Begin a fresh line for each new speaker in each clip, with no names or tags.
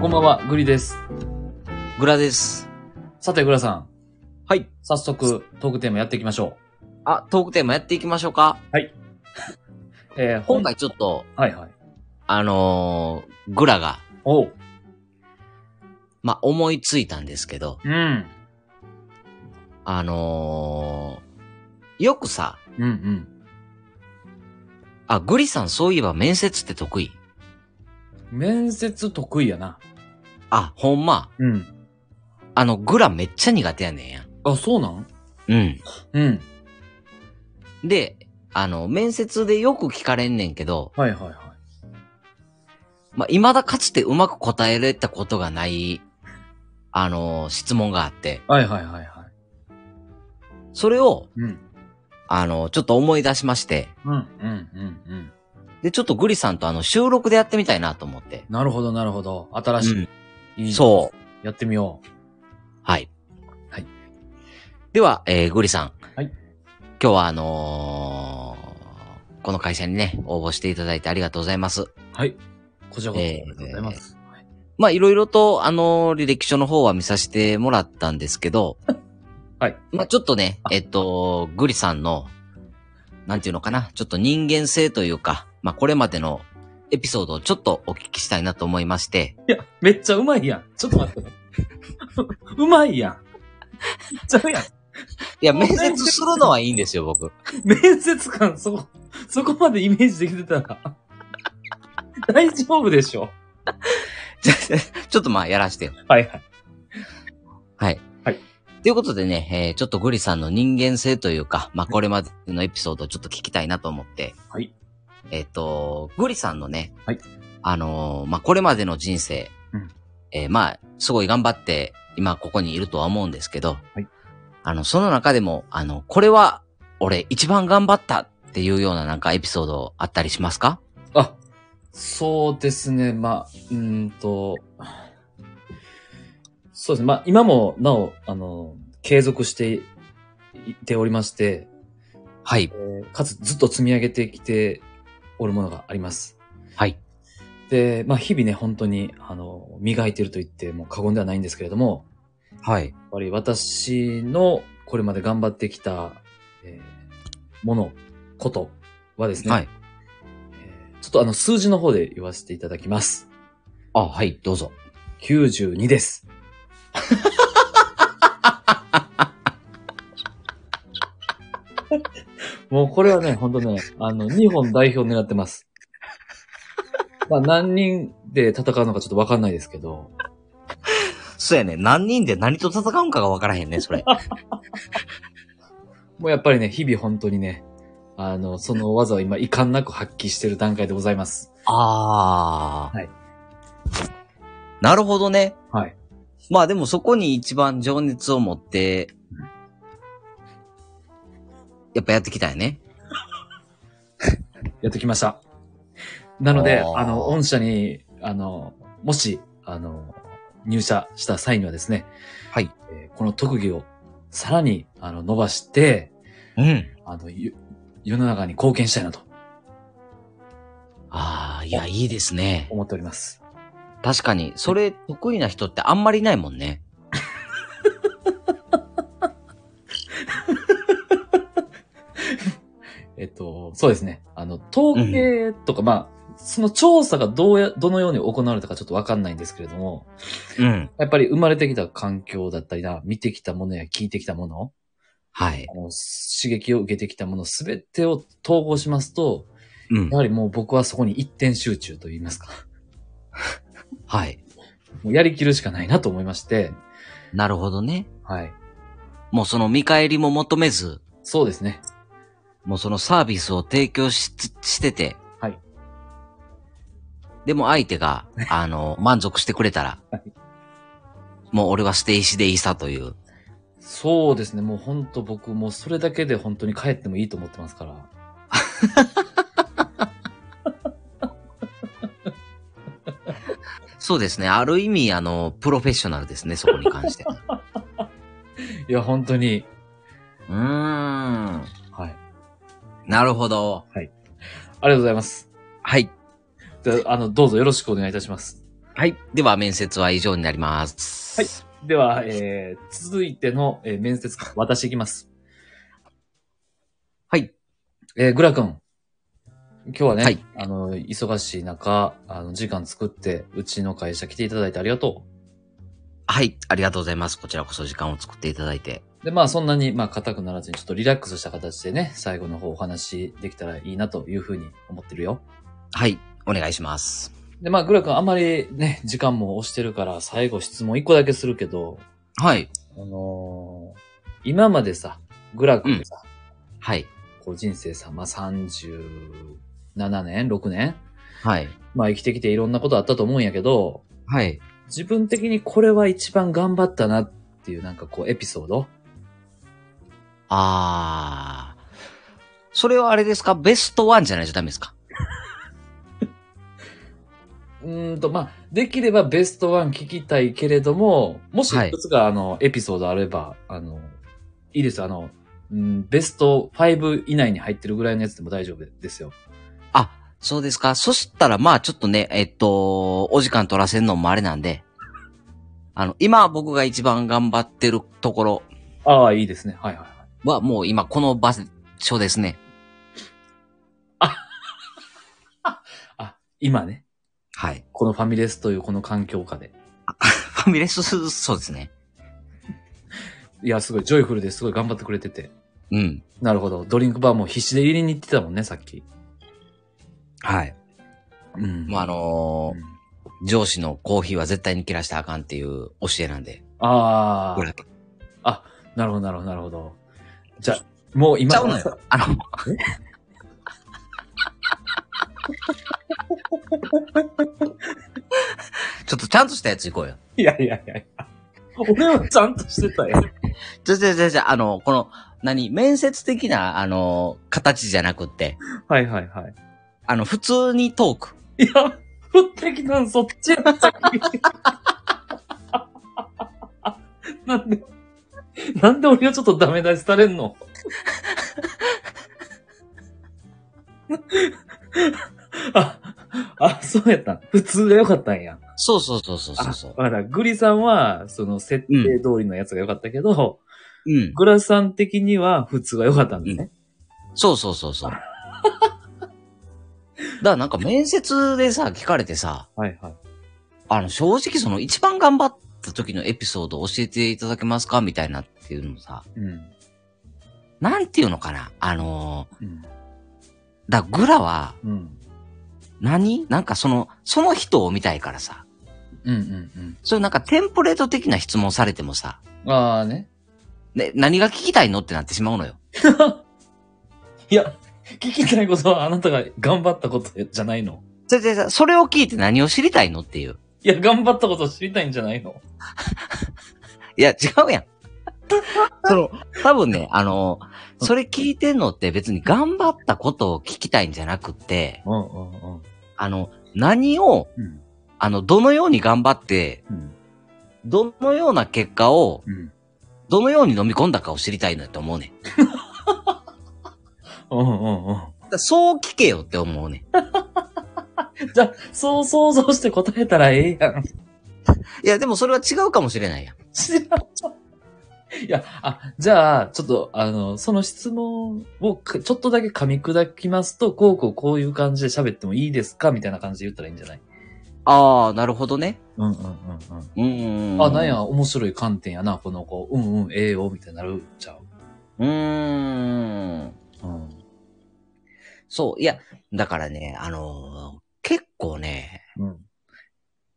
こんばんは、グリです。
グラです。
さて、グラさん。
はい。
早速、トークテーマやっていきましょ
あ、トークテーマやっていきましょうか。
う。えー、
今回ちょっと、
本。はいはい。
あのーグラが、
おう。
まあ、思いついたんですけど、
うん。
あのーよくさ、
うんうん。
あ、グリさんそういえば面接って得意
面接得意やな。
あ、ほんま。
うん。
あの、グラめっちゃ苦手やねんや。
あ、そうなん
うん。
うん。
で、あの、面接でよく聞かれんねんけど、
はいはいはい。
まあ、未だかつてうまく答えられたことがない、あのー質問があって、
はいはいはいはい。
それを、
うん。
あのーちょっと思い出しまして、
うんうんうんうん。
で、ちょっとグリさんとあの、収録でやってみたいなと思って。
なるほどなるほど。新しい。いい
そう。
やってみよ
はい。
はい。
では、えー、グリさん。
はい。
今日はあのーこの会社にね、応募していただいてありがとうございます。
う。はい。こちらこそあ
えー
りがとうございます。はい
まあ、いろいろと、あのー履歴書の方は見させてもらったんですけど、
はい。
まあ、ちょっとね、えっと、グリさんの、なんていうのかな、ちょっと人間性というか、まあ、これまでのエピソードをちょっとお聞きしたいなと思いまして、
いや、めっちゃうまいやん。ちょっと待って。 うまいやん。ちゃうやん。
いや、面接するのはいいんですよ、僕。
面接官、そこ、 そこまでイメージできてたら、 大丈夫でしょ
じゃあちょっとまあやらしてよ。
はいはい。
はい。
はい。
ということでね、えーちょっとグリさんの人間性というか、まあこれまでのエピソードをちょっと聞きたいなと思って。
はい。
えっ、と、グリさんのね、
はい。
あのーまあこれまでの人生、
うん
えーまあ、すごい頑張って、今ここにいるとは思うんですけど、
はい。
あの、その中でも、あの、これは、俺一番頑張ったっていうようななんかエピソードあったりしますか
あ、そうですね。まあ、うーんと、そうですね。まあ、今もなお、あの、継続していっておりまして、
はい。
えーかつずっと積み上げてきておるものがあります。
はい。
で、まあ、日々ね、本当に、あの、磨いてると言っても過言ではないんですけれども、
はい。
やっぱり私のこれまで頑張ってきた、えーもの、ことはですね、
はい。
えーちょっとあの数字の方で言わせていただきます。
あ、はい、どうぞ。
92です。 もうこれはね、ほんとね、あの、日本代表狙ってます。まあ何人で戦うのかちょっとわかんないですけど、
そうやね。何人で何と戦うんかが分からへんね、そ れ。
もうやっぱりね、日々本当にね、あの、その技を今、遺憾なく発揮してる段階でございます。
あー。
はい
なるほどね。
はい。
まあでもそこに一番情熱を持って、やっぱやってきたよね。
やってきました。なので、
あー
あの、御社に、あの、もし、あの、入社した際にはですね、
はい。
えーこの特技をさらに、あの、伸ばして、
うん。
あの、ゆ世の中に貢献したいなと
あー、いや、いいですね。
思っております。
確かに、それ得意な人ってあんまりいないもんね。
えっと、そうですね。あの、統計とか、まあ、その調査がどうや、どのように行われたかちょっとわかんないんですけれども、
うん。
やっぱり生まれてきた環境だったりな、見てきたものや聞いてきたもの、
はい
あ。の刺激を受けてきたものすべてを統合しますと、
うん
や。はりもう僕はそこに一点集中と言いますか、
はい。
もうやりきるしかないなと思いまして、
なるほどね。
はい。
もうその見返りも求めず、
そうですね。
もうそのサービスを提供しつ、してて。
はい。
でも相手が、あの、満足してくれたら、もう俺はステイシでいいさという。
そうですね。もう本当僕もうそれだけで本当に帰ってもいいと思ってますから。
そうですね。ある意味、あの、プロフェッショナルですね、そこに関 しては。
いや、本当に。
うーん。
はい。
なるほど。
ありがとうございます。
はい。
であの、どうぞよろしくお願いいたします。
はい。では、面接は以上になります。
はい。では、えー、続いての、えー面接官、私いきます。
はい。
えー、グラ君。今日はね、
はい
あの、忙しい中、あの、時間作って、うちの会社来ていただいてありがと
はい。ありがとうございます。こちらこそ時間を作っていただいて。
う。で、まあ、そんなに、まあ、硬くならずに、ちょっとリラックスした形でね、最後の方お話できたらいいなというふうに思ってるよ。
はい。お願いします。
で、まあ、グラ君、あんまりね、時間も押してるから、最後質問一個だけするけど、
はい。
あのー今までさ、グラ君さ、
はい。
こう人生さ、まあ、37年、6年、
はい。
まあ、生きてきていろんなことあったと思うんやけど、
はい。
自分的にこれは一番頑張ったなっていうなんかこうエピソード
あー。それはあれですかベストワンじゃないとダメですか
うーんと、まあ、できればベストワン聞きたいけれども、もし
はい
いくつかあの、エピソードあれば、あの、いいですよあの、うん、ベスト5以内に入ってるぐらいのやつでも大丈夫ですよ。
そうですかそしたら、まあちょっとね、えっと、お時間取らせるのもあれなんで、あの、今僕が一番頑張ってるところ
ああ、いいですね。はいはいはい。
は、もう今この場所ですね。
今ね、
はい。
このファミレスというこの環境下で。
ファミレス、そうですね。
いや、すごい、ジョイフルですごい頑張ってくれてて。
うん。
なるほど。ドリンクバーも必死で入りに行ってたもんね、さっき。
はい。
うん
もうあのー
うん
上司のコーヒーは絶対に切らしたらあかんっていう教えなんで。
ああ
これ、だけ
なるほど、なるほど、なるほど。じゃあ、もう今、
ちゃうのよ。あの、ちょっとちゃんとしたやつ行こうよ。
いやいやいやいや。俺はちゃんとしてたよ。
じゃじゃじゃじゃ、あの、この、何、面接的な、あの、形じゃなくって、
はいはいは
あの、普通にトーク。
い。いや、不敵なんそっちやったっけ なんで、なんで俺がちょっとダメ出しされんの あ、あ、そうやった。普通が良かったんや。
そうそうそうそうそうそう。
あだから、グリさんは、その設定通りのやつが良かったけど、
うん。
グラさん的には普通が良かったんですね。
そうそうそう そう。だからなんか面接でさ、聞かれてさ、
はいはい。
あの、正直その一番頑張った時のエピソードを教えていただけますかみたいなっていうのさ、
うん。
なんていうのかなあの
うん。
ーだ、グラは
うん。
何、なんかその、その人を見たいからさ、
うんうん
そういうなんかテンプレート的な質問されてもさ、
うん。ああね。
ね、何が聞きたいのってなってしまうのよ。
いや、聞きたいことはあなたが頑張ったことじゃないの。
それでさ、それを聞いて何を知りたいのっていう。
いや、頑張ったことを知りたいんじゃないの。
いや、違うやん。その、多分ね、あの、それ聞いてんのって別に頑張ったことを聞きたいんじゃなくて、
うんうん
あの、何を、
うん。
あの、どのように頑張って、
うん。
どのような結果を、
うん。
どのように飲み込んだかを知りたいのって思うねん。
うんうんうん。
だからそう聞けよって思うねん。
じゃあ、そう想像して答えたらええやん。
いや、でもそれは違うかもしれないやん。
知らん。いや、あ、じゃあ、ちょっと、あの、その質問をかちょっとだけ噛み砕きますと、こうこうこういう感じで喋ってもいいですかみたいな感じで言ったらいいんじゃない
ああ、なるほどね。
うんうんうんうん。
うんうんうん。
あ、なんや、。面白い観点やな、この子。うんうん、ええよ、みたいになるんちゃう。
うーん。
うん。
そう、いや、だからね、あのー結構ね、
うん。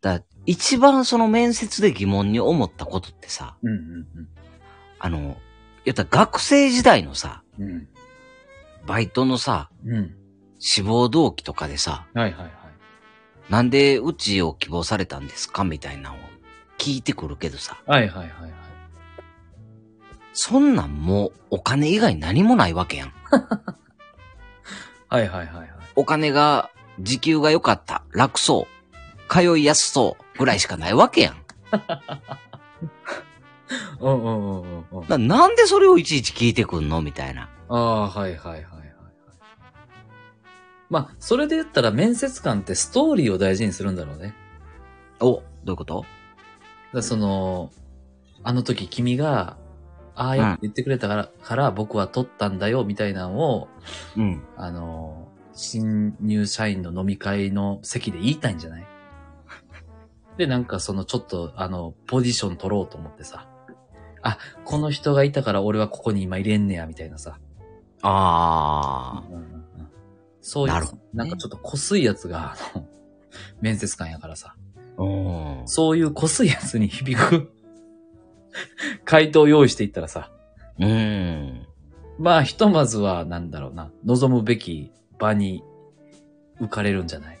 だ一番その面接で疑問に思ったことってさ、
うんうん
あの、言ったら学生時代のさ、
うん。うん。
バイトのさ、
うん。
志望動機とかでさ、
はいはいはい。
なんでうちを希望されたんですかみたいなのを聞いてくるけどさ、
はいはいはいはい。
そんなんもうお金以外何もないわけやん。
はいはいはいはい。
お金が、時給が良かった、楽そう、通いやすそう、ぐらいしかないわけやん。
うんうんうんうんうん。
ななんでそれをいちいち聞いてくんのみたいな。
ああ、はいはいはいはいはい。まあ、それで言ったら面接官ってストーリーを大事にするんだろうね。
お、どういうこと
らその、あの時君が、ああやって言ってくれたから、から僕は取ったんだよ、みたいなのを、
うん。
あの、新入社員の飲み会の席で言いたいんじゃ ないで、なんかそのちょっと、あの、ポジション取ろうと思ってさ。あ、この人がいたから俺はここに今入れんねや、みたいなさ。
あ
うんうんうんそういう、な
なるほどね
んかちょっとこすいやつが、あの、 面接官やからさ。
あ。うん。
そういうこすいやつに響く 回答を用意していったらさ。
うん。
まあ、ひとまずは、なんだろうな、望むべき場に浮かれるんじゃない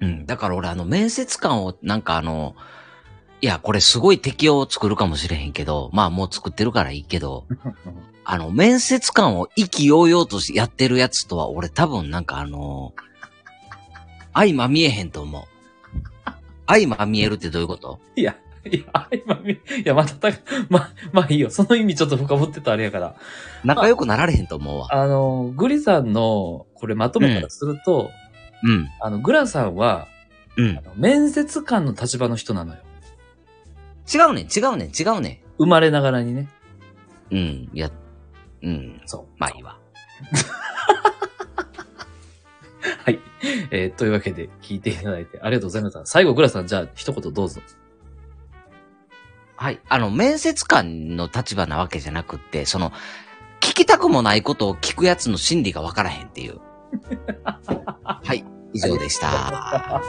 うん。だから俺、あの、面接官を、なんかあの、いや、これすごい敵を作るかもしれへんけど、まあもう作ってるからいいけ ど、あの、面接官を意気揚々としてやってるやつとは、俺多分なんかあの、相ま見えへんと思う。相ま見えるってどういうこと
いや、いや、今見、いや、またた、ま、まあいいよ。その意味ちょっと深掘ってたあれやから。
仲良くなられへんと思うわ。
あの、グリさんの、これまとめからすると、
うん。
あの、グラさんは、
うん
あ。の面接官の立場の人なのよ。
違うねん、違うねん、違うね
生まれながらにね。
ん。うん。いや、うん。
そ
まあいいわ。
う。はい。えーというわけで、聞いていただいてありがとうございました。最後、グラさん、じゃあ、一言どうぞ。
はい。あの、面接官の立場なわけじゃなくって、その、聞きたくもないことを聞くやつの心理がわからへんっていう。はい。以上でした。